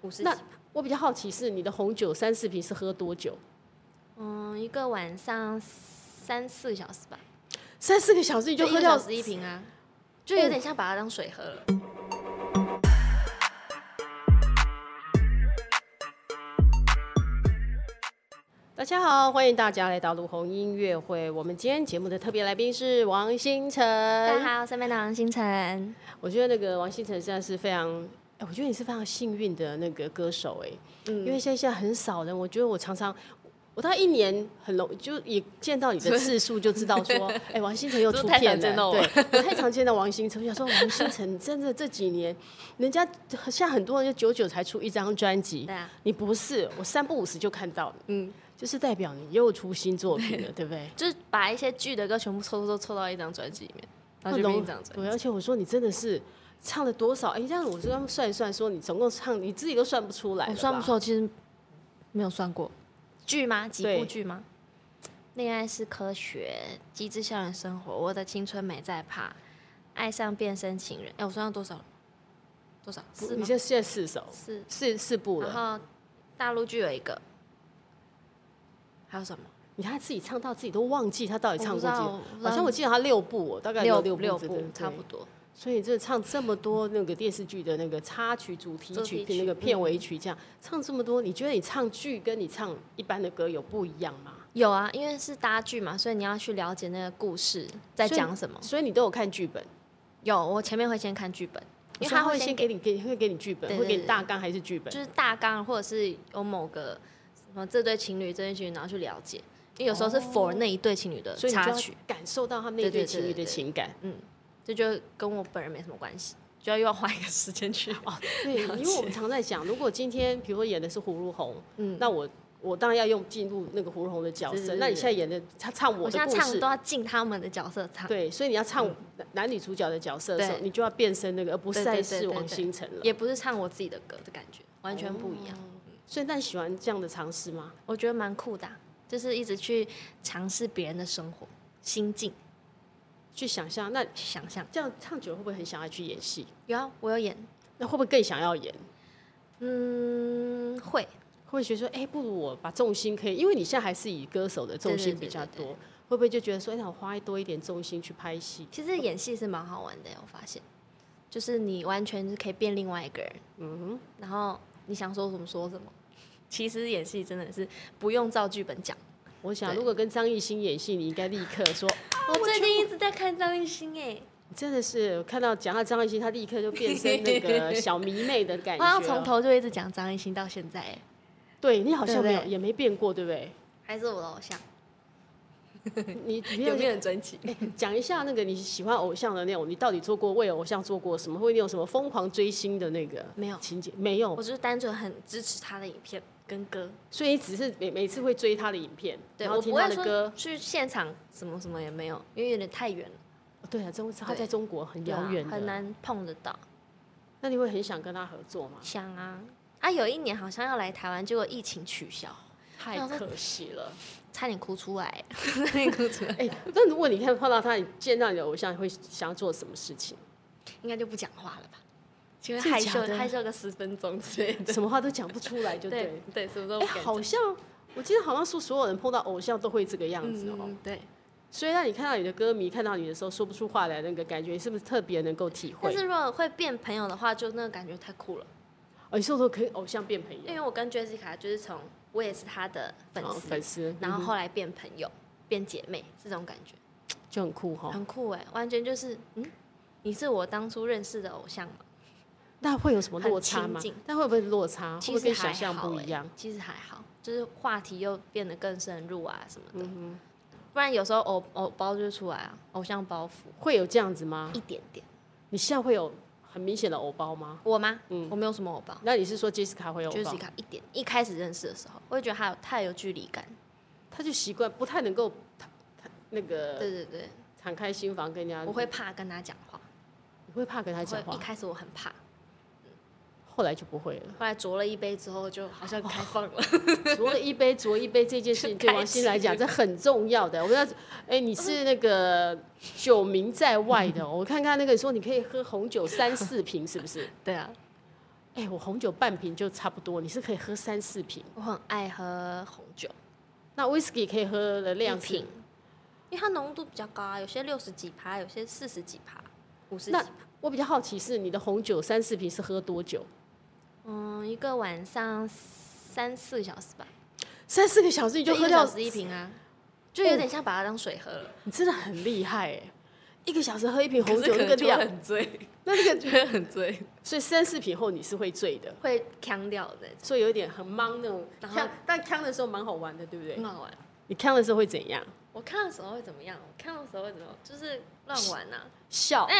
五十那几我比较好奇是你的红酒三四瓶是喝多久？嗯，一个晚上三四个小时吧，三四个小时你就一喝个掉小时一瓶啊，就有点像把它当水喝嗯了。大家好，欢迎大家来到卢红音乐会。我们今天节目的特别来宾是王星大辰。家好，我是麦当星辰。我觉得那个王星辰现在是非常，哎，我觉得你是非常幸运的那个歌手哎，嗯因为现在现在很少人，我觉得我常常。我大概一年很容就也见到你的次数，就知道 说，哎、王星辰又出太常片见哦了。到我对，我太常见到王星辰，我想说王星辰真的这几年，人家现在很多人就久久才出一张专 辑对，啊，你不是，我三不五时就看到了，嗯，就是代表你又出新作品 了，对不对？就是把一些剧的歌全部凑凑凑凑到一张专辑里面，然后就那变一龙张专对，辑。而且我说你真的是唱了多少？哎，这样我刚刚算一算，说你总共唱你自己都算不出来，我哦算不出，。来，其实没有算过剧吗？几部对剧吗？恋爱是科学，机智校园生活，我的青春没在怕，爱上变身情人。哎、我算到多少了？多少？四你吗？啊现在现在四首，四。四四部然了。后大陆剧有一个，还有什么？你看他自己唱到自己都忘记他到底唱我不过知几道部，我不知道好像我记得他六部哦，大概有六六六之类的部差不。对多。所以你真的唱这么多那个电视剧的那个插曲、主题主曲题、跟那曲嗯个片尾曲，这样唱这么多，你觉得你唱剧跟你唱一般的歌有不一样吗？有啊，因为是搭剧嘛，所以你要去了解那个故事在所以讲什么。所以你都有看剧本，有，我前面会先看剧本，因为哦所他以他会会先先给给你给会给你剧本，对会给对你对大纲还是剧本？就是大纲，或者是有某个什么这对情侣、这对情侣，然后去了解，因为有时候是 for 那一对情侣的哦所以你插就要曲，感受到他们对那对对情对侣对的对情感。这就跟我本人没什么关系，就要又要花一个时间去。 哦，对，因为我们常在讲，如果今天比如说演的是葫芦红，嗯，那我我当然要用进入那个葫芦红的角对对色。对那你对现在演的他唱我我现的在故唱事都，要进他们的角色唱，对，所以你要唱男男女主角的角色的时候，对你就要变身那个，而不对对再对是对王对星辰了。也不是唱我自己的歌的感觉，完全不一样。哦所以，那你喜欢这样的尝试吗？我觉得蛮酷的啊、就是一直去尝试别人的生活心境，去想象，那去想象。这样唱久了会不会很想要去演戏？有啊，我有演，那会不会更想要演？嗯，会，会不会觉得说，哎、不如我把重心可以，因为你现在还是以歌手的重心比较多，对对对对会不会就觉得说，哎、那我花多一点重心去拍戏？其实演戏是蛮好玩的，我发现，就是你完全是可以变另外一个人，嗯，然后你想说什么说什么。其实演戏真的是不用照剧本讲。我想，对如果跟张艺兴演戏，你应该立刻说，啊我最近一直在看张艺兴哎，真的是我看到讲到张艺兴，他立刻就变身那个小迷妹的感欸我 好像觉。从，头就一直讲张艺兴到现在哎，对你好像没有对不对也没变过，对不对？还是我的偶像，你你有没有人追起？讲一下那个你喜欢偶像的那种，你到底做过为偶像做过什么？会你有什么疯狂追星的那个 没有情节？没有我，就是单纯很支持他的影片跟歌，所以你只是每每次会追他的影片，对然我后不听他会的歌说。去现场什么什么也没有，因为有点太远了， 对啊，中他对在中国很对啊遥远、很。难碰得到。那你会很想跟他合作吗？想啊啊！有一年好像要来台湾，结果疫情取消，太可惜了。差点哭出来，差点哭出来，哎、那如果你看碰到他，你见到你的偶像，你会想要做什么事情？应该就不讲话了吧？就真是的害假羞的害羞个十分钟之类的。什么话都讲不出来，就对了对。对，什么都哎、不敢好讲。像我记得好像说所有人碰到偶像都会这个样子哦、嗯，对。所以让你看到你的歌迷看到你的时候说不出话来，那个感觉，你是不是特别能够体但会？是如果会变朋友的话，就那个感觉太酷了。哦，你说说可以偶像变朋因友，为我跟 Jessica 就是从我也是她的粉哦丝，粉丝，然后嗯后来变朋友、变姐妹，这种感觉哼就很酷哈、很酷哎，完全就是嗯，你是我当初认识的偶像嘛，那会有什么落差很吗亲近？那会不会落差？会其哦不会实跟还想象好不欸一样？其实还好，就是话题又变得更深入啊什么的。嗯不然有时候偶偶包就出来啊，偶像包袱啊会有这样子吗？一点点。你现在会有很明显的偶包吗？我吗？嗯我没有什么偶包，那你是说 Jessica 会有就偶是包？一点。一开始认识的时候，我会觉得他有太有距离感。她就习惯不太能够她她那对个对对，敞开心房跟人家，我会怕跟他讲话，你会怕跟她我讲会话一，开始我很怕，后来就不会 了。后来酌了一杯之后，就好像开放 了。酌了一杯，酌一杯这件事情对开王心来讲启这很重要的。我们要，哎，你是那个酒 名在外的哦，我看看那个说你可以喝红酒三四瓶，是不是？对啊，哎、我红酒半瓶就差不多，你是可以喝三四瓶。我很爱喝红酒，那 whisky 可以喝的一量是瓶，因为它浓度比较高啊，有些六十几趴，有些四十几趴，五十几那趴。我比较好奇是你的红酒三四瓶是喝多久？嗯，一个晚上三四个小时吧，三四个小时你就一喝个掉小，时一瓶啊，就有点像把它当水喝了。你真的很厉害哎、一个小时喝一瓶可红是酒可那能个就量，会很醉，那那个就会很醉，所以三四瓶后你是会醉的，会呛掉的，所以有一点很懵那种。然后嗯呛，但呛的时候蛮好玩的，对不对很？好玩。你呛的时候会怎样？我看的时候会怎么样？我看的时候会怎么样？就是乱玩呐、笑，哎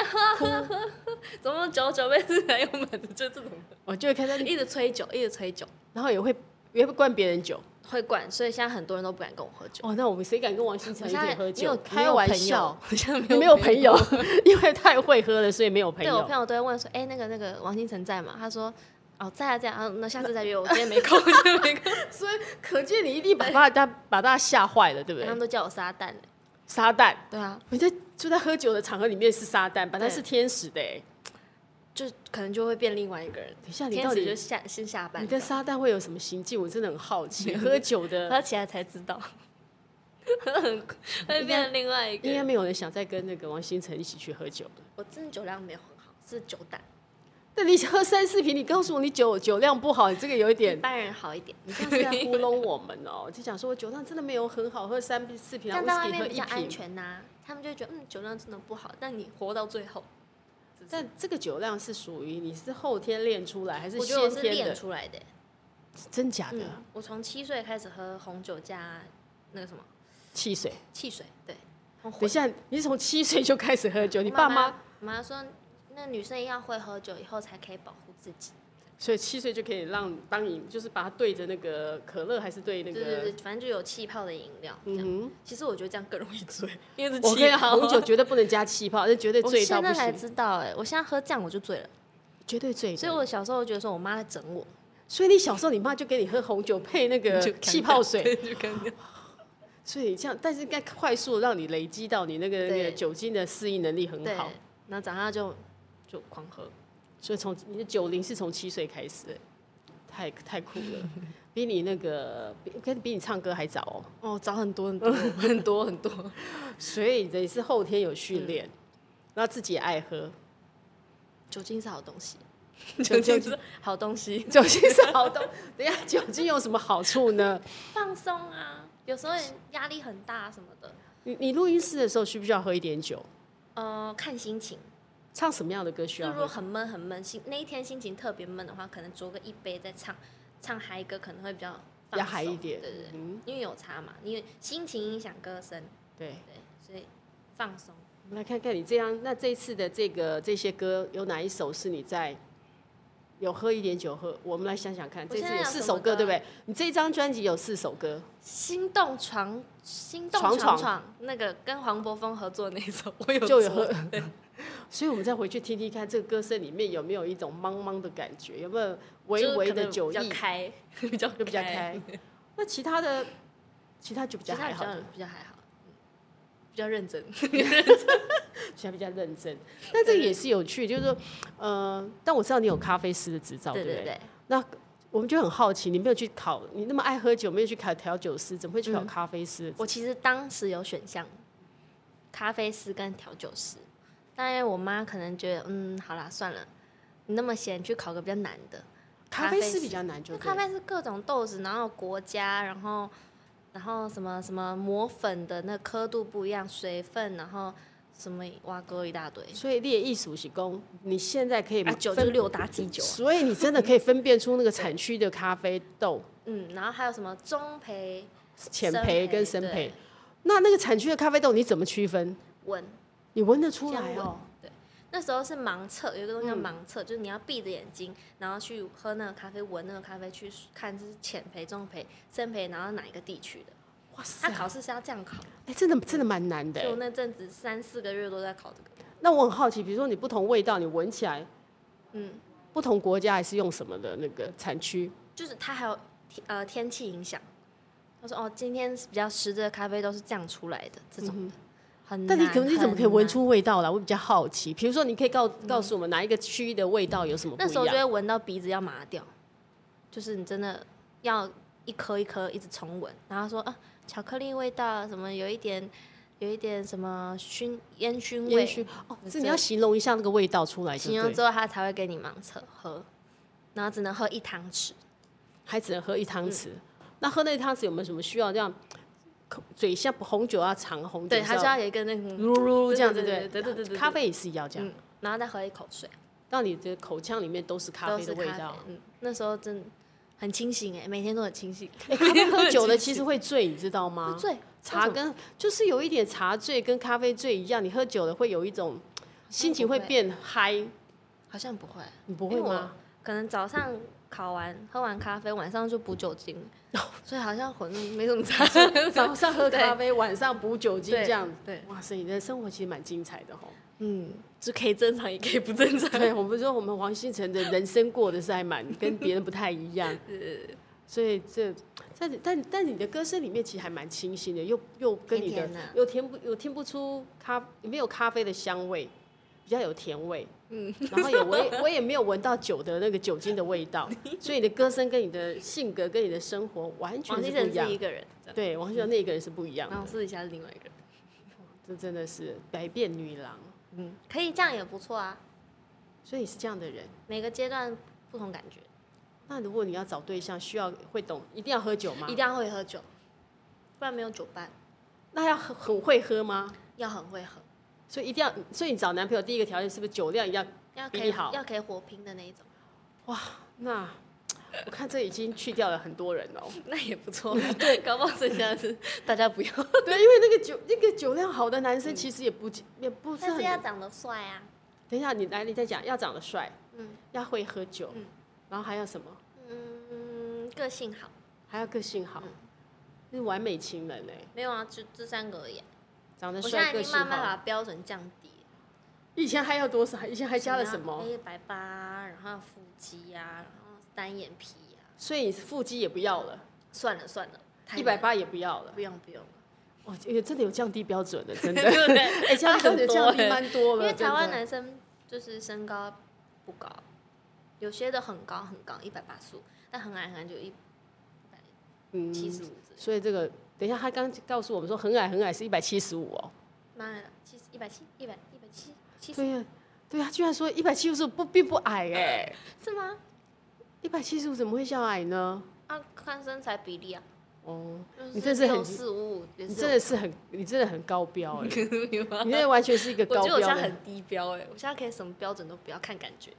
怎么久久被自男友满的，就这种我就会看到你，一直吹酒，一直吹酒，然后也会也会灌别人酒。会灌，所以现在很多人都不敢跟我喝酒。哦，那我们谁敢跟王心我城一现在起喝没酒有？开玩笑，，我现在你没没有有朋友， 因为太会喝了，所以没有朋对我友朋。友都会问说：“哎、那个那个王星辰在吗？”他说：“哦，在啊在啊，啊那下次再约我，今天没空，今天没空。所以可见你一定把大家把大家吓坏了，对”不他们都对？叫我撒旦。欸撒旦，对啊，你在就在喝酒的场合里面是撒旦，本来对是天使的哎。就可能就会变另外一个人。等一下，你天到使就底下先下班你，跟撒旦会有什么行径？我真的很好奇。喝酒的喝起来才知道， 会变成另外一个应该人。没有人想再跟那个王心城一起去喝酒了。我真的酒量没有很好，是酒胆，那你喝三四瓶，你告诉我你酒酒量不好，你这个有一一 点，般人好一点。你这样是在糊 弄我们哦。就讲说我酒量真的没有很好，喝三瓶四瓶，这然样后在外面 whisky 喝比一较安瓶。全呐、他们就会觉得嗯酒量真的不好，但你活到最后，但这个酒量是属于你是后天练出来还是我觉得我先是天练的？出来的、真假的？嗯，我从七岁开始喝红酒加那个什么汽水？汽水，对，很等一混。下，你是从七岁就开始喝酒，你我爸哦妈妈，我妈说，那女生要会喝酒，以后才可以保护自己。所以七岁就可以让当饮，就是把它对着那个可乐还是对那对对个对，，反正就有气泡的饮料。这样嗯其实我觉得这样更容易醉，因为是哼，我气跟泡。红酒绝对不能加气泡，那绝对我醉到现不在才行，知道、哎，我现在喝这样我就醉了，绝对醉的。所以我小时候觉得说我妈在整我，所以你小时候，你妈就给你喝红酒配那个就呃气泡水，对 就干 掉。所以这样，但是应该快速让你累积到你那个那个对酒精的适应能力很对嗯好。，然后长大就就狂喝，所以从你的酒龄是从七岁开始的，太太 酷了，比你那个比跟比你唱歌还早哦。哦，早很多很 多很多很多，所以你是后天有嗯训练，然后自己也爱喝，酒精是好东西， 酒酒精精是好东西，酒精是好东。 等一下，酒精有什么好处呢？放松啊，有时候压力很大什么的，你你录音室的时候需不需要喝一点酒？呃，看心情。唱什么样的歌需就要如果喝？很闷很闷，心那一天心情特别闷的话，可能酌个一杯再唱唱嗨歌，可能会比较比放较嗨一松点对对对，嗯因为有差嘛，因为心情影响歌声，对。对，所以放松。我们来看看你这样，那这一次的这个这些歌有哪一首是你在有喝一点酒喝？我们来想想看，我这现在次有有四什首么歌，歌对不对？你这一张专辑有四首歌，心动床，心动床床床床，那个跟黄渤峰合作的那一首，我有就有做喝，所以我们再回去听听看，这个歌声里面有没有一种茫茫的感觉，有没有 微就是微可的能酒比较意，开， 比较就比较开。那其他的，其他就比其较他还比好较，比较还好，嗯比较认真。其他比较认真。但这个也是有趣，就是说，呃，但我知道你有咖啡师的执照，对不对对，那我们就很好奇，你没有去考，你那么爱喝酒，没有去考调酒师，怎么会去考嗯咖啡师？我其实当时有选项，咖啡师跟调酒师，当然我妈可能觉得，嗯，好啦，算了，你那么闲，去考个比较难的。咖咖啡啡师师比较难就就对，咖啡是各种豆子，然后国家，然后然后什么什么磨粉的那刻度不一样，水分，然后什么挖沟一大堆。所以列艺术喜功，你现在可以啊，分酒就是六大基酒啊，所以你真的可以分辨出那个产区的咖啡 豆嗯，然后还有什么中培、浅深焙跟焙深焙对。那那个产区的咖啡豆你怎么区分？文，你闻得出来先闻哦。那时候是盲测，有一个东西叫嗯盲测，就是你要闭着眼睛，然后去喝那个咖啡，闻那个咖啡，去看这是浅培、中培、深培，然后哪一个地区的。哇塞他，考试是要这样考，哎，真的真的蛮难的所以我欸。那阵子三四个月都在考这个。那我很好奇，比如说你不同味道，你闻起来嗯，不同国家还是用什么的那个产区？就是它还有天呃天气影响。他说哦，今天是比较湿的咖啡都是这样出来的，这种的。很嗯但难。你可你怎么可以闻很难？啊出味道来？我比较好奇。比如说，你可以告告诉我们哪一个区域的味道有什么不那一时候就样？会闻到鼻子要麻掉，就是你真的要一颗一颗一直重闻，然后说啊，巧克力味道什么有一点，有一点什么熏烟熏烟味，熏哦，对是你要形容一下那个味道出来就形容对之，后他才会给你盲测喝，然后只能喝一汤匙。还只能喝一嗯汤匙。那喝那一汤匙有没有什么需要这样？口嘴像红酒啊，长红酒对，他是就要要有一个那个，噜噜噜对这样子对对啊对对对对对对咖啡也是要这样，嗯，然后再喝一口水，让你的口腔里面都是咖都啡是的味道。嗯，那时候真的很清醒哎，每天都很清 醒，哎，咖啡 喝久了其实会醉，你知道吗？醉茶跟就是有一点茶醉跟咖啡醉一样，你喝久了会有一种心情会不会变嗨，好像不会，你不会因为 吗我？可能早上烤完喝完咖啡，晚上就补酒精，所以好像混没什么差。哦 早上喝咖啡，晚上补酒精，对这样。对，哇塞，你的生活其实蛮精彩的哦。 嗯，就可以正常，也可以不正常。对，我们说我们黄星辰的人生过得是还蛮跟别人不太 一样，所以这在但但你的歌声里面其实还蛮清新的，又又跟你的甜甜的又听不又听不出咖没有咖啡的香味，比较有甜味，嗯，然后也 我也我也没有闻到酒的那个酒精的味道，所以你的歌声跟你的性格跟你的生活完全王先是不生一是样一。个人，这样对，王星辰那个人是不一样的然后，私底下是另外一个人。这真的是百变女郎，嗯，可以这样也不错啊，所以你是这样的人。每个阶段不同感觉，那如果你要找对象，需要会懂，一定要喝酒吗？一定要会喝酒，不然没有酒伴，那要很很会喝吗？要很会喝，所以一定要，所以你找男朋友第一个条件是不是酒量一样？要比可你以好要可以火拼的那 一种，那我看这已经去掉了很多人 哦。那也不错。对，搞不好剩下的是大家不要，对，因为那个酒那个酒量好的男生其实也不、也不嗯是但是很。要长得帅啊。等一下，你来你再讲，要长得帅，嗯要会喝酒，嗯然后还要什么？嗯，个性好。还要个性嗯好，是完美情人哎、没有啊，就这三个而已啊。长得我现帅，在个已性经好。慢慢把标准降低了。以前还要多少？以前还加了啊什么？一百八，然后腹肌啊，然后单眼皮啊。所以你腹肌也不要了，算了算了，太一百难了，八也不要了。不用不 用了。哦，也真的有降低标准的，真的。对不对？哎、这样差感很觉多降低欸蛮多因了。为台湾真的男生就是身高不高，有些的很高很高，一百八十五，但很矮很矮就一嗯，七十五之类。所以这个等一下他刚告诉我们说很矮很矮是一百七十五哦。妈呀，七十一百七一百一百七七十对呀、对呀、他居然说一百七十五不并不矮哎、是吗？一百七十五怎么会叫矮呢？啊，看身材比例啊，哦，就是你真是很六四五五，也你是真的是很你真的很高 标哎、有吗你那完全是一个我高觉得标我现在的。很低标哎、我现在可以什么标准都不要看感觉，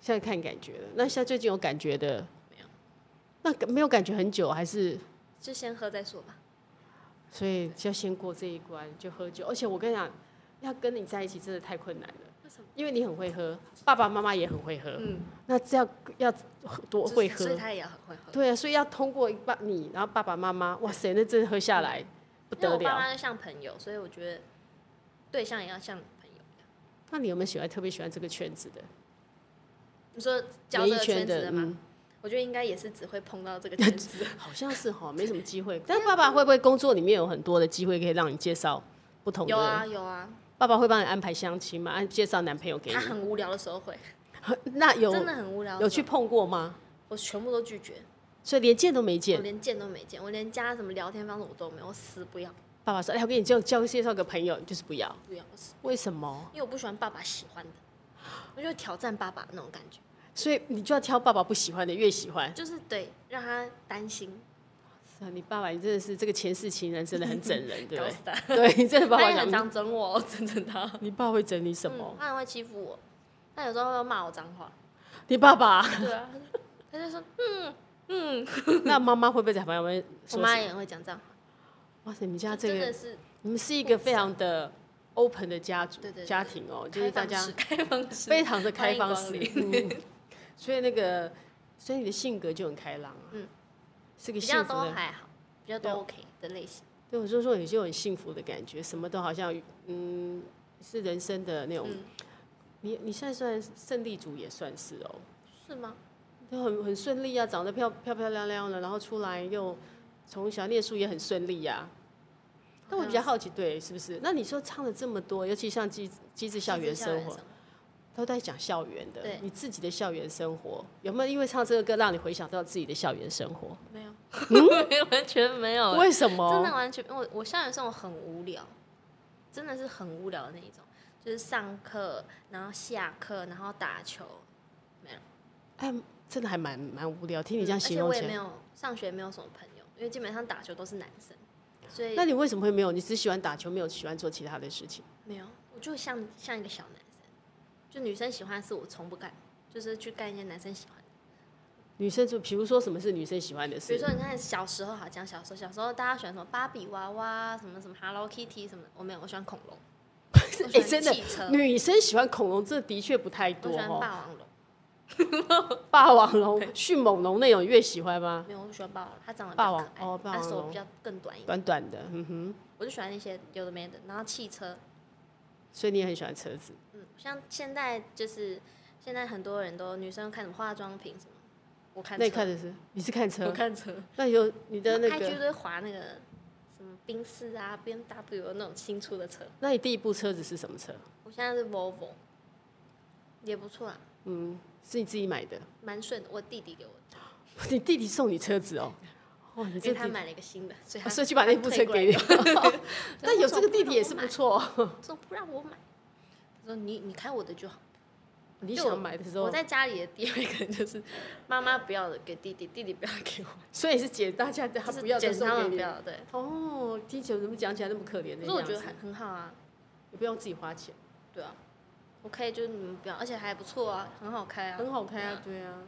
现在看感觉了，那现在最近有感觉的没有？那感没有感觉很久还是？就先喝再说吧。所以就要先过这一关，就喝酒。而且我跟你讲，要跟你在一起真的太困难了。为什么？因为你很会喝，爸爸妈妈也很会喝，嗯，那这要要喝多就是会喝所，以他也很会喝，对啊，所以要通过爸你，然后爸爸妈妈，哇塞，那真的喝下来不因为得我爸了。妈就像朋友，所以我觉得对象也要像朋友一样。那你有没有喜欢特别喜欢这个圈子的你说交这演艺个圈圈子的吗？嗯，我觉得应该也是只会碰到这 个圈子。好像是哈，没什么机会。但爸爸会不会工作里面有很多的机会可以让你介绍不同的有人？啊有啊，爸爸会帮你安排相亲吗？安介绍男朋友给他 你？很无聊的时候会，那有真的很无聊的时候。有去碰过吗？我全部都拒绝，所以连见都没我见。连见都没见，我连加什么聊天方式我都没有，我死不要爸爸说：“哎，我给你介介介绍个朋友，你就是不要。不要，我死，为什么？因为我不喜欢爸爸喜欢的，我就挑战爸爸那种感觉。所以你就要挑爸爸不喜欢的，越喜欢。就是对，让他担心，是啊，你爸爸，你真的是这个前世情人，真的很整人，对不搞对死？他。对，你真的爸他爸也很讲，常整我， 整整他。你爸会整你什嗯么？他很会欺负我，他有时候会骂我脏话。你爸爸， 对啊，他就说，那妈妈会不会在旁边我说什妈么？也很会讲脏话。哇塞，你们家就这真个的，是你们是一个非常的 open 的家族对对对家庭哦，就开是大放家式，开放式，非常的开放欢式迎，嗯所以那个，所以你的性格就很开朗啊，嗯是个比幸较福都的。还好，比较都对 OK 的类型。对，我就说有些很幸福的感觉，什么都好像，嗯，是人生的那种。嗯你你现在算胜利组也算是哦，是吗？都很很顺利啊，长得漂漂漂亮亮的，然后出来又从小念书也很顺利呀、啊但我比较好奇，对，是不是？那你说唱了这么多，尤其像《机机智校园生活》，都在讲校园的对，你自己的校园生活有没有因为唱这个歌让你回想到自己的校园生活？没 有， 完全没有，嗯欸为什么？哦真的完全，我我校园生活很无聊，真的是很无聊的那一种，就是上课，然后下课，然后打球，哎，真的还蛮蛮无聊。听你这样嗯而形且容我起也没来，有上学，没有什么朋友，因为基本上打球都是男生，所以那你为什么会没有？你只喜欢打球，没有喜欢做其他的事情？没有，我就像像一个小男生，就女生喜欢的事我从不干，就是去干一些男生喜欢的。女生就比如说什么是女生喜欢的比事如？说，你看小时候好讲小时候，小时候大家喜欢什么芭比娃娃，什么什么 Hello Kitty 什么的，我没有，我喜欢恐 龙，我喜哎，欢真的汽车，，女生喜欢恐龙，这的确不太我多喜欢哦。霸王龙，霸王龙、 迅猛龙那种越喜欢吗？没有，我喜欢霸王龙，它长得比霸较王可爱，哦霸它王手龙比较更短一点，短短的，嗯哼。我就喜欢那些有的没的。然后汽车，所以你也很喜欢车子。嗯，像现在就是现在很多人都女生看什么化妆品什么，我看那你车看的是你是看我车，看车，那你就你的那 IG 都个，会划那个什么宾士啊、B M W 那种新出的车。那你第一部车子是什么车？我现在是 Volvo，也不错啊，嗯，是你自己买的， 蛮顺的。我弟弟给我的，你弟弟送你车子哦。哦，你因这为弟他买了一个新的，所以他、啊所以去把那部车给你。 那有这个弟弟也是不错哦。他说不让我买，他说你你开我的就好。你就想买的时我候，在家里的地位可能就是妈妈不要的给弟弟，弟弟不要给我，所以是姐大家他就是不要的捡送他给们不你。要的对。哦，听起来怎么讲起来那么可怜可的是我样觉子得？还很好啊，你不用自己花钱，对啊，我可以就是你们不要，而且还不错啊，很好开啊，很好开啊，对啊。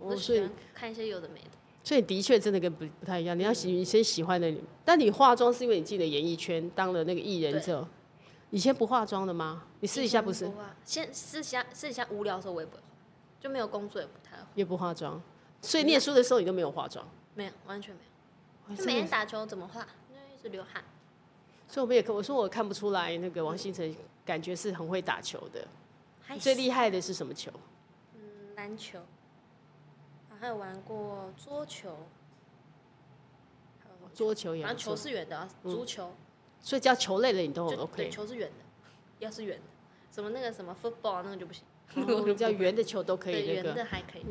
我哦，就所喜以欢看一些有的没的。所以的确真的跟不不太一样。你要嗯喜你先喜欢的你，但你化妆是因为你进了演艺圈，当了那个艺人之后，以前不化妆的吗？你试一下不是？以前啊？先私下私底下无聊的时候我也不会化，就没有工作也不太会，也不化妆，所以念书的时候你都没有化妆。没有完全没有，哎就真每的天打球怎么化，因为一直流汗。所以我们也看，我说我看不出来那个王星辰感觉是很会打球的。还你最厉害的是什么球？嗯篮球，然后还有玩过桌球，还有桌球也然后不哦球错，是圆的、啊，足球所以只要球类的你都很就对哦 OK，球是圆的，要是圆的，什么那个什么 football 啊那个就不行， 哦只要圆的嗯球都可对以那圆个。的还可以。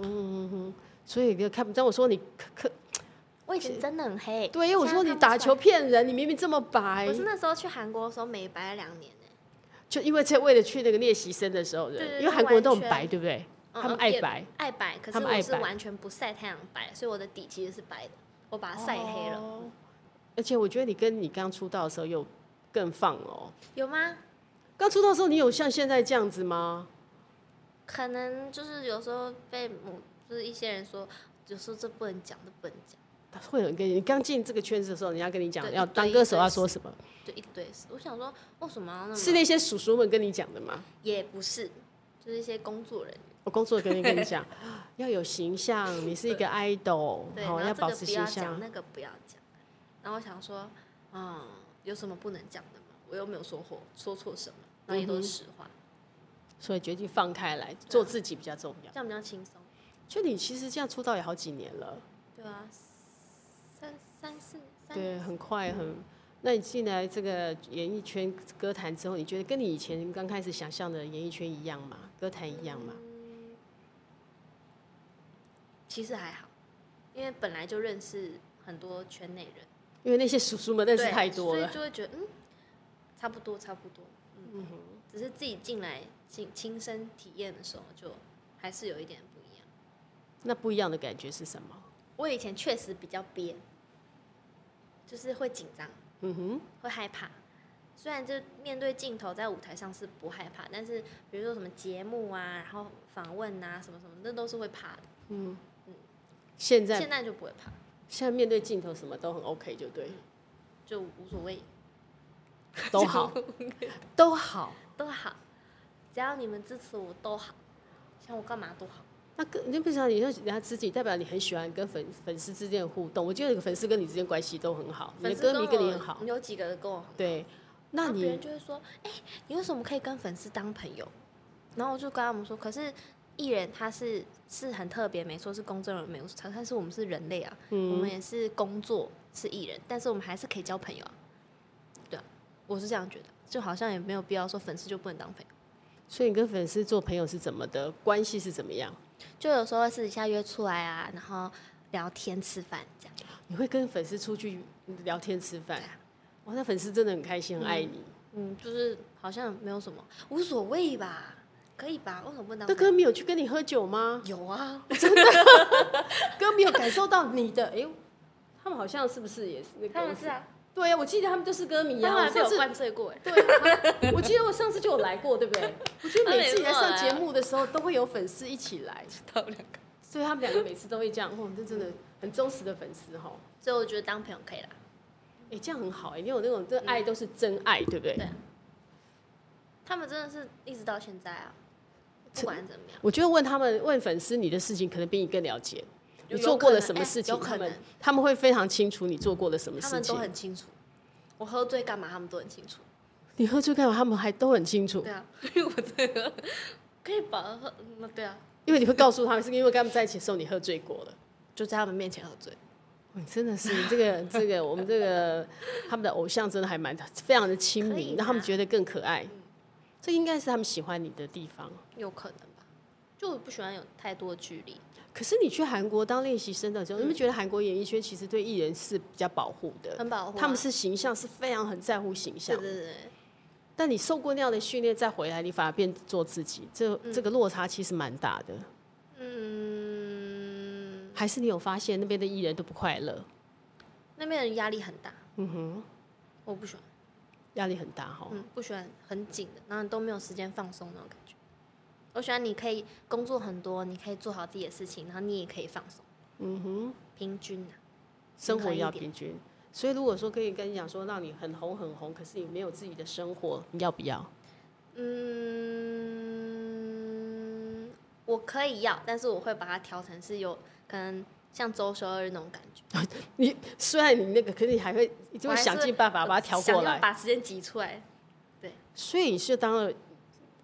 所以你看不，但我说你可可我以前真的很黑，对，因为我现在说你看不打出球骗人，你明明这么来，白我，是那时候去韩国的时候美白了两年呢、就因为这为了去那个练习生的时候，对对对因为韩国人都很白，对不对？嗯他们嗯爱也白，爱白，可是他们爱我白是完全不晒太阳白，所以我的底其实是白的，我把它晒黑了。哦。而且我觉得你跟你刚出道的时候又更放哦。有吗？刚出道的时候，你有像现在这样子吗？可能就是有时候被某就是一些人说，有时候这不能讲，这不能讲，会有人跟你，你刚进这个圈子的时候，人家跟你讲对要一堆当一嗯歌手堆要事说什么，就一堆事。我想说，为什么要那么？是那些叔叔们跟你讲的吗？也不是，就是一些工作人员。我工作跟你跟 你讲，要有形象，你是一个 idol，对，好然后这保个持不形要讲，象。那个不要讲。然后我想说，嗯，有什么不能讲的吗？我又没有说错，说错什么，然后也都嗯是实话，所以决定放开来，做自己比较重要。这样比较轻松。就你其实这样出道也好几年了，对啊，三三四三对，啊很快很。嗯那你进来这个演艺圈歌坛之后，你觉得跟你以前刚开始想象的演艺圈一样吗？歌坛一样吗？嗯其实还好，因为本来就认识很多圈内人，因为那些叔叔们认识对太多所了以，就会觉得嗯，差不多差不多，嗯，只是自己进来亲亲身体验的时候，就还是有一点不一样。那不一样的感觉是什么？我以前确实比较憋，就是会紧张，嗯哼，会害怕。虽然就面对镜头在舞台上是不害怕，但是比如说什么节目啊，然后访问啊，什么什么，那都是会怕的。现在现在就不会怕，现在面对镜头什么都很 OK，就 对，就无所谓，都好，都好。都好，只要你们支持我都好，想我干嘛都好。那跟你不想你说人家知己，代表你很喜欢跟粉粉丝之间的互动。我觉得有个粉丝跟你之间关系都很好，你粉的丝歌迷跟我你很好，嗯有几个跟我很好，对。然那后别人你就会说，哎、你为什么可以跟粉丝当朋友？然后我就跟他们说，可是艺人他是是很特别，没错，是公众人物没有错，但是嗯我们是人类啊，我们也是工作是艺人，但是我们还是可以交朋友啊。我是这样觉得，就好像也没有必要说粉丝就不能当朋友，所以你跟粉丝做朋友是怎么的关系是怎么样？就有时候会私底下约出来啊，然后聊天吃饭这样。你会跟粉丝出去聊天吃饭？哇，那粉丝真的很开心，很爱你。嗯，就是好像没有什么，无所谓吧，可以吧？为什么不能当那朋歌友？迷有去跟你喝酒吗？有啊， 歌迷有感受到你的？哎呦，他们好像是不是也是那个？他们是 啊，对呀、我记得他们就是歌迷他啊。们我还被上我次灌醉过 哎。对啊，我记得我上次就有来过，对不对？我觉得每次你在上节目的时候，都会有粉丝一起来，他们两个。所以他们两个每次都会这样。哦哇，这真的很忠实的粉丝哈。所以我觉得当朋友可以啦。哎、这样很好哎、你有那种这爱都是真爱，对不对？对啊，他们真的是一直到现在啊，不管怎么样，我觉得问他们问粉丝你的事情，可能比你更了解。有你做过了有可能什么事情？哎有可他能们他们会非常清楚你做过了什么他事们都情。很清楚。我喝醉干嘛，他们都很清楚。你喝醉干嘛？他们还都很清楚对，啊， 因为我这个可以把喝，嗯，对啊，因为你会告诉他们，是因为跟他们在一起的时候你喝醉过了。就在他们面前喝醉。你真的是这个这个，我们这个他们的偶像真的还蛮非常的亲可民以，让他们啦嗯觉得更可爱。这应该是他们喜欢你的地方。有可能吧。就我不喜欢有太多的距离，可是你去韩国当练习生的时候，你们觉得韩国演艺圈其实对艺人是比较保护的，嗯很保护啊、他们是形象是非常很在乎形对象。对对，对但你受过那样的训练再回来，你反而变做自己，这这个落差其实蛮大的。嗯，还是你有发现那边的艺人都不快乐，那边人压力很大。嗯哼，我不喜欢，压力很大哈。嗯，不喜欢很紧的，然后都没有时间放松那种感觉。我喜欢你可以工作很多，你可以做好自己的事情，然后你也可以放松。嗯哼，平均啊，生平活衡也一要点平均。所以如果说可以跟你讲说，让你很红很红，可是你没有自己的生活，你要不要？嗯，我可以要，但是我会把它调成是有可能像周休二日那种感觉，你虽然你那个，可是你还会，你就我会还是想尽办法把它调想过要来。把时间挤出来。所以你是当了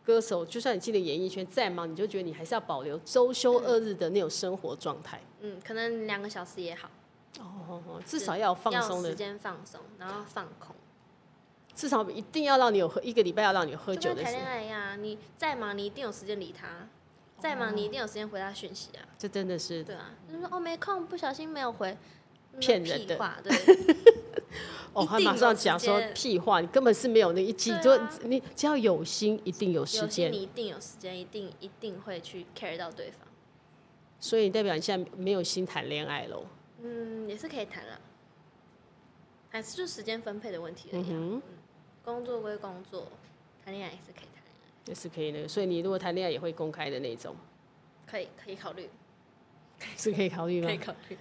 歌手，就算你进了演艺圈再忙，你就觉得你还是要保留周休二日的那种生活状态。嗯，可能两个小时也好，哦，哦至少要有放松嗯要的时，间放松，然后放空，至少一定要让你有喝一个礼拜要让你喝就酒跟的谈时恋间。爱一样，你再忙，你一定有时间理他；再哦忙，你一定有时间回他讯息啊。这真的是对啊，就是说哦没空，不小心没有回，那骗人屁的 话，对，哦，一他定马有上时讲说间屁话，你根本是没有那一记，就对啊你只要有心，一定有时有些间。你一定有时间，一定一定会去 carry 到对方。所以代表你现在没有心谈恋爱喽。嗯，也是可以谈了，还是就时间分配的问题而嗯已啊、哼，工作归工作，谈恋爱也是可以谈恋也是可以的。所以你如果谈恋爱也会公开的那种，爱，可以可以考虑， 是可以考虑吗可？以考虑，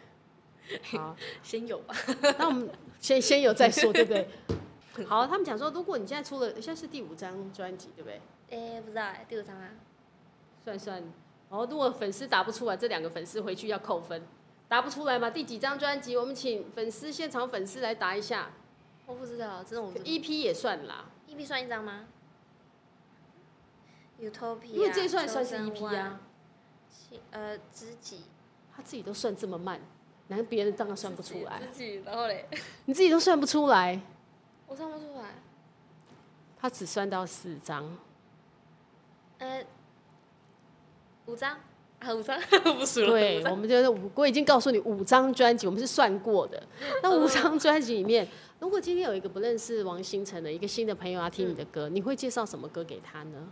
好，先有吧。 那我们先先有再说，对不对？ 好，他们讲说，如果你现在出了，现在是第五张专辑，对不对？哎、不知道哎、第五张啊，算一算，然后如果粉丝答不出来，这两个粉丝回去要扣分，答不出来嘛？第几张专辑？我们请粉丝现场粉丝来答一下我不知道，真的我不知道。 ，EP 也算啦。一，E p 算一张吗？Utopia，因为这算秋算是生 EP 啊，万，呃，知己他自己都算这么慢，难怪别人当然算不出来，自己，然后嘞，你自己都算不出来，我算不出来。他只算到四张，呃，五张啊，五张 不数了。对，我们就是五，我已经告诉你五张专辑，我们是算过的。那五张专辑里面，如果今天有一个不认识王星辰的一个新的朋友要听你的歌，嗯你会介绍什么歌给他呢？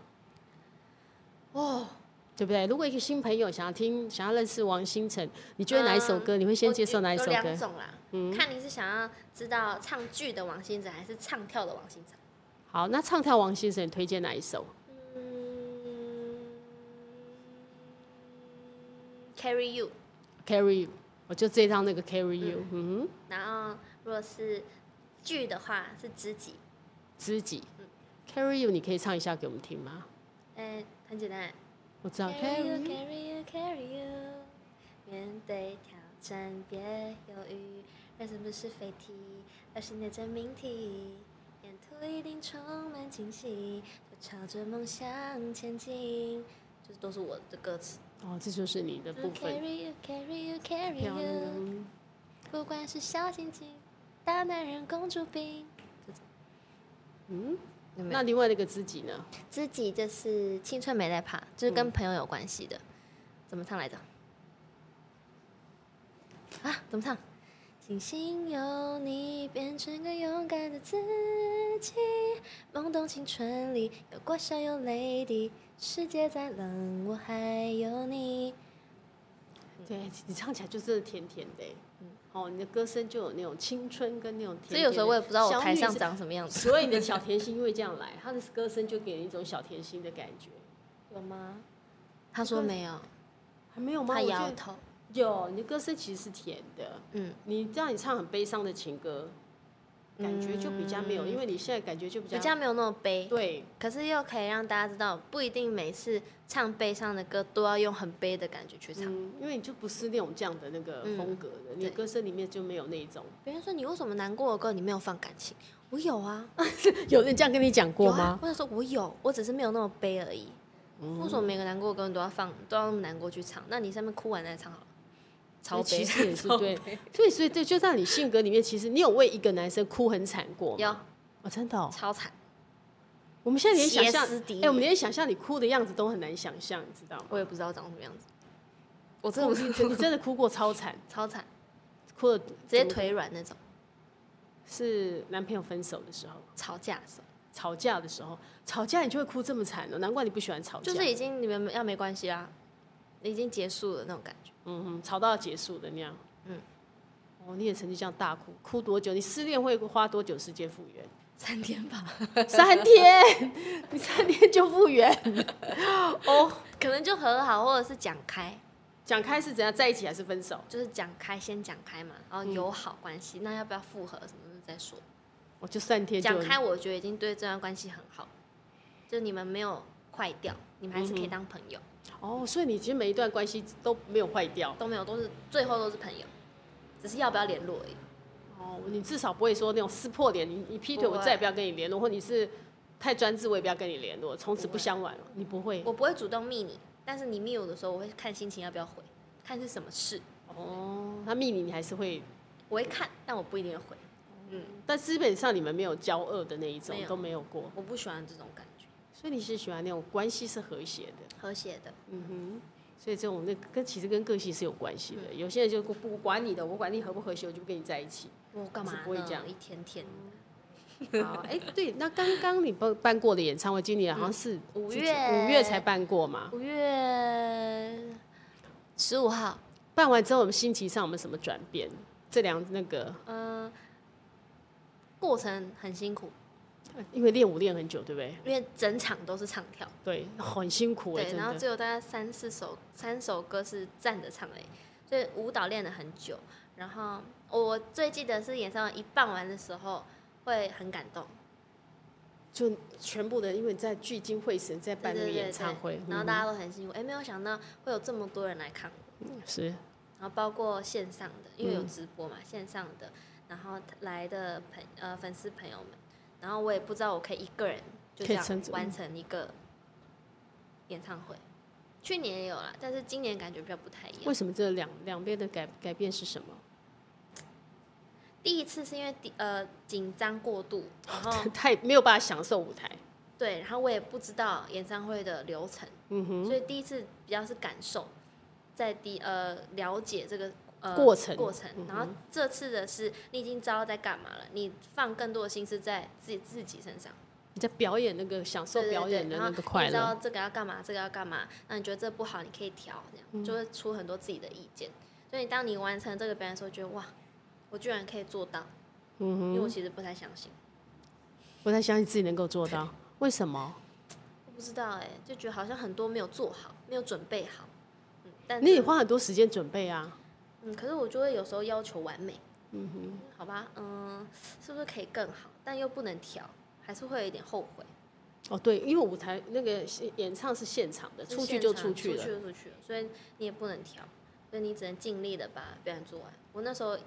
哦，对不对？如果一个新朋友想要听、想要认识王星辰，你觉得哪一首歌？你会先嗯我介绍有哪一首有歌嗯两？种啦，看你是想要知道唱剧的王星辰，还是唱跳的王星辰。好，那唱跳王星辰你推荐哪一首？嗯，Carry You， Carry，You，我就这一张那个 Carry You，嗯哼，然后如果是剧的话是知己，知己。Carry You，你可以唱一下给我们听吗？哎，很简单我知道，Carry Carry You，Carry You，Carry You，You，面对挑战别犹豫，人生不是飞题，而是你的真命题。沿途一定充满惊喜，就朝着梦想前进。就是都是我的歌词。哦，这就是你的部分。嗯 Carry you, carry you, carry 漂 you。亮。不管是小清新、大男人、公主病，嗯，有没有那另外那个自己呢？自己就是青春没在怕，就是跟朋友有关系的。怎么唱来着？啊，怎么唱？庆幸有你，变成个勇敢的自己。懵懂青春里，有过笑有泪滴。世界再冷，我还有你。对你唱起来就真的甜甜的、嗯，哦，你的歌声就有那种青春跟那种甜甜的。所以有时候我也不知道我小台女上生 长什么样子，所以你的小甜心因为这样来，他的歌声就给人一种小甜心的感觉。有吗？他说没有，还没有吗？他我摇觉得头。有，你的歌声其实是甜的。嗯，你这样你唱很悲伤的情歌，感觉就比较没有，因为你现在感觉就比嗯较比较没有那么悲。对可是又可以让大家知道，不一定每次唱悲伤的歌都要用很悲的感觉去唱。嗯嗯，因为你就不是那种这样的那个风格的，你对的歌声里面就没有那一种。别人说你为什么难过的歌你没有放感情？我有啊，有人这样跟你讲过有啊吗？我想说我有，我只是没有那么悲而已。嗯为什么每个难过的歌你都要放，都要那么难过去唱？那你上面哭完再唱好了，超悲。其实也 是超对悲，所以所以对，就在你性格里面，其实你有为一个男生哭很惨过有吗？哦，真的、哦。超惨，我们现在连想象歇斯底，里哎、我们连想象你哭的样子都很难想象，你知 道吗？我也不知道长什么样子，我真的哭不你是真你真的哭过超惨， 超惨，哭了直接怎么腿软那种。是男朋友分手的时候，吵架的时候，吵架的时候，吵架你就会哭这么惨了、难怪你不喜欢吵架。就是已经你们要没关系啦，已经结束了那种感觉。嗯哼，吵到要结束的那样。嗯，哦，你也曾经这样大哭，哭多久？你失恋会花多久时间复原？三天吧，三天， 你三天就复原。哦，可能就和好，或者是讲开，讲开是怎样在一起还是分手？就是讲开，先讲开嗯嘛，然后友好关系，那要不要复合什么的再说。我就三天就讲开，我觉得已经对这段关系很好，就你们没有坏掉，你们还是可以当朋友，哦，所以你其实每一段关系都没有坏掉。都没有，都是最后都是朋友，只是要不要联络而已。哦，你至少不会说那种撕破脸，你你劈腿不我会再也不要跟你联络，或你是太专制我也不要跟你联络，从此不不会相往了。你不会我不会主动密你，但是你密我的时候，我会看心情要不要回，看是什么事，哦，他密你你还是会，我会看，但我不一定会回。嗯，但基本上你们没有交恶的那一种没有都没有过，我不喜欢这种感觉，所以你是喜欢那种关系是和谐的，和谐的。嗯哼。所以这种那跟其实跟个性是有关系的，有些人就不不管你的，我管你合不和谐，我就不跟你在一起。我干嘛是不会呢这样一天天的。 好，哎、对，那刚刚你办办过的演唱会，今年好像是嗯五自己月五月才办过嘛？五月十五号，办完之后，我们心情上有没有什么转变？这两那个，嗯、过程很辛苦，因为练舞练很久，对不对？因为整场都是唱跳，对，很辛苦哎、对，真然后的。只有大概三四首三首歌是站着唱而已，所以舞蹈练了很久。然后哦我最记得是演唱会一办完的时候会很感动，就全部的，因为你在聚精会神在办那个演唱会，然后嗯大家都很辛苦，哎、没有想到会有这么多人来看我。嗯是然后包括线上的，因为有嗯直播嘛，线上的，然后来的朋呃粉丝朋友们，然后我也不知道我可以一个人就这可以撑嗯样住完成一个演唱会。去年也有啦，但是今年感觉比较不太一样为。什么这两两边的改改变是什么？第一次是因为第呃紧张过度，然后 太没有办法享受舞台，对，然后我也不知道演唱会的流程，嗯哼，所以第一次比较是感受，在第呃了解这个呃过程嗯过程，然后这次的是你已经知道在干嘛了，你放更多的心思在自己自己身上，你在表演那个享受对对表对演的然后那个快你知道乐，这个要干嘛，这个要干嘛，那你觉得这不好，你可以调，这样、嗯就会出很多自己的意见。所以当你完成这个表演的时候，觉得哇，我居然可以做到，嗯因为我哼，其实不太相信，不太相信自己能够做到，为什么？我不知道哎、就觉得好像很多没有做好，没有准备好，嗯，但你也这花很多时间准备啊，嗯，可是我就会有时候要求完美。嗯哼。好吧，嗯，是不是可以更好？但又不能调，还是会有一点后悔。哦，对，因为舞台那个现演唱是现场的，是出去现就场出去出了去。就出去了，所以你也不能调，所以你只能尽力的把表演做完。我那时候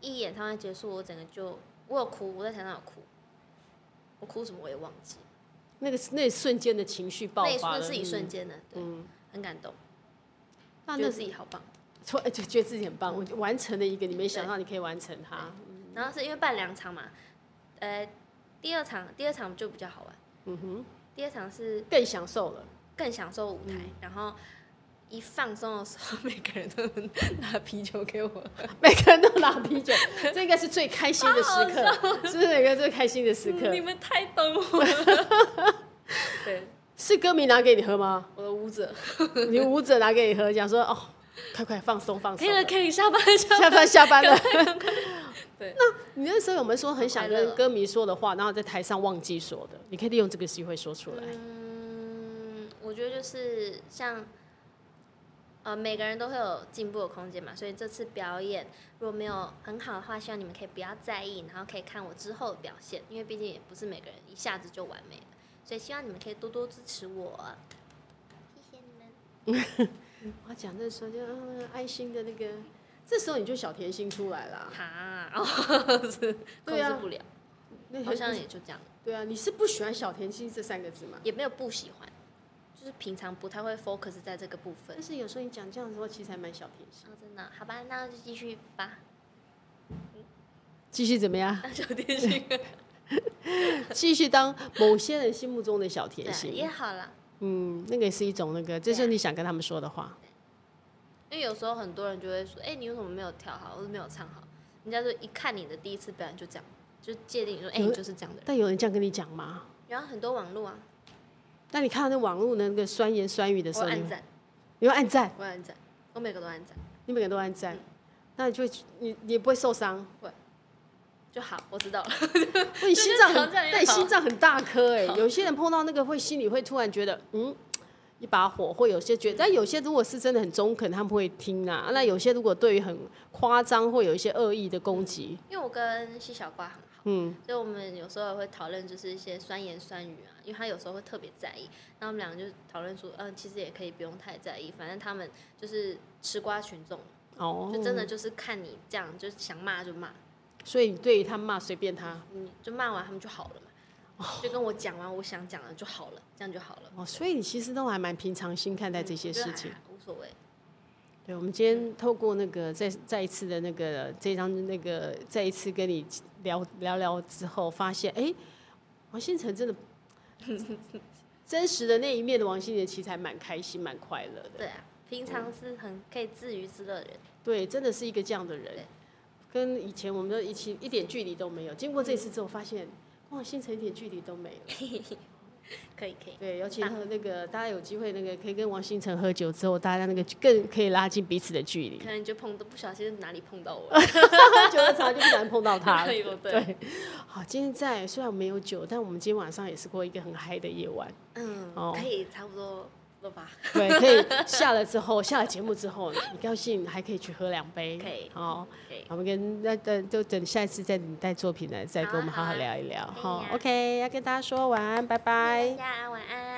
一演唱会结束，我整个就我有哭，我在台上有哭，我哭什么我也忘记，那个那瞬间的情绪爆那一发瞬了，是一嗯瞬间的，对，嗯，很感动，那觉那得自己好棒。突然就觉得自己很棒，我就完成了一个你没想对到你可以完成它。然后是因为办两场嘛，呃，第二场第二场就比较好玩，嗯哼，第二场是更享受了。 更享受舞台，嗯然后一放松的时候， 每个人都能拿啤酒给我，每个人都拿啤酒，这应该是最开心的时刻，是不是？每个人最开心的时刻嗯你们太懂我了。 对，是歌迷拿给你喝吗？我的舞者，你舞者拿给你喝，讲说哦，快快放松放松可以，了，可以下班了，下下班下班了。 对，你那时候有没有说很想快乐跟歌迷说的话，然后在台上忘记说的？你可以利用这个机会说出来。嗯，我觉得就是像，呃，每个人都会有进步的空间嘛，所以这次表演如果没有很好的话，希望你们可以不要在意，然后可以看我之后的表现，因为毕竟也不是每个人一下子就完美了，所以希望你们可以多多支持啊我，谢谢你们。我讲这时候就、嗯、爱心的那个，这时候你就小甜心出来啦。哈， 哦，是控对啊制不了，那嗯好像也就这样，对啊，你是不喜欢小甜心这三个字吗？也没有不喜欢，就是平常不太会 focus 在这个部分但。是有时候你讲这样的时候，其实还蛮小甜心。哦，真的，好吧，那就继续吧。 继续怎么样？那小电信 继续当某些人心目中的小甜对也啊心。好啦，嗯，那个也是一种那个，这就是你想跟他们说的话。因为有时候很多人就会说，哎、你为什么没有跳好，或者没有唱好？人家就一看你的第一次表演就这样，就界定你说，哎、有你就是这样的人。但有人这样跟你讲吗？然后很多网络啊，那你看到那网络的那个酸言酸语的时我候，有你按会赞，你会按赞，我有按赞，我每个都按赞，你每个都按赞，那你就会你你也不会 受伤。就好，我知嗯道了。那你心脏就很是挑战，也但你好心脏很大颗哎、有些人碰到那个会心里会突然觉得嗯。一把火，会有些觉得，但有些如果是真的很中肯，他们会听啊。那有些如果对于很夸张，会有一些恶意的攻击，因为我跟西小瓜很好，嗯，所以我们有时候也会讨论就是一些酸言酸语啊，因为他有时候会特别在意，那我们两个就讨论说，嗯，其实也可以不用太在意，反正他们就是吃瓜群众，哦，就真的就是看你这样，就是想骂就骂，所以你对于他骂随便他，嗯，就骂完他们就好了嘛，就跟我讲完我想讲的就好了，这样就好了，哦，所以你其实都还蛮平常心看待这些就事还情。好无所谓，对，我们今天透过那个再再一次的那个这张那个再一次跟你聊聊聊之后，发现哎，诶王新成真的真实的那一面的王心凌，其实还蛮开心、蛮快乐的。对啊，平常是很可以自娱自乐的人，对，真的是一个这样的人对，跟以前我们的一起一点距离都没有。经过这次之后，发现哇，新成一点距离都没有。可以可以，对，尤其和那个大家有机会，那个可以跟王新成喝酒之后，大家那个更可以拉近彼此的距离可。能就碰到不小心哪里碰 到我，喝酒的茶就不小心碰到他了。哎呦对对，好，今天在虽然没有酒，但我们今天晚上也是过一个很嗨的夜晚。嗯，哦可以差不多了吧。对，可以下了之后，下了节目之后，你高兴还可以去喝两杯。可以好，可以我们跟那等就等下一次再你带作品来，再好啊跟我们好好好啊聊一聊。可以好呀 o k 要跟大家说晚安，拜大拜。家晚安。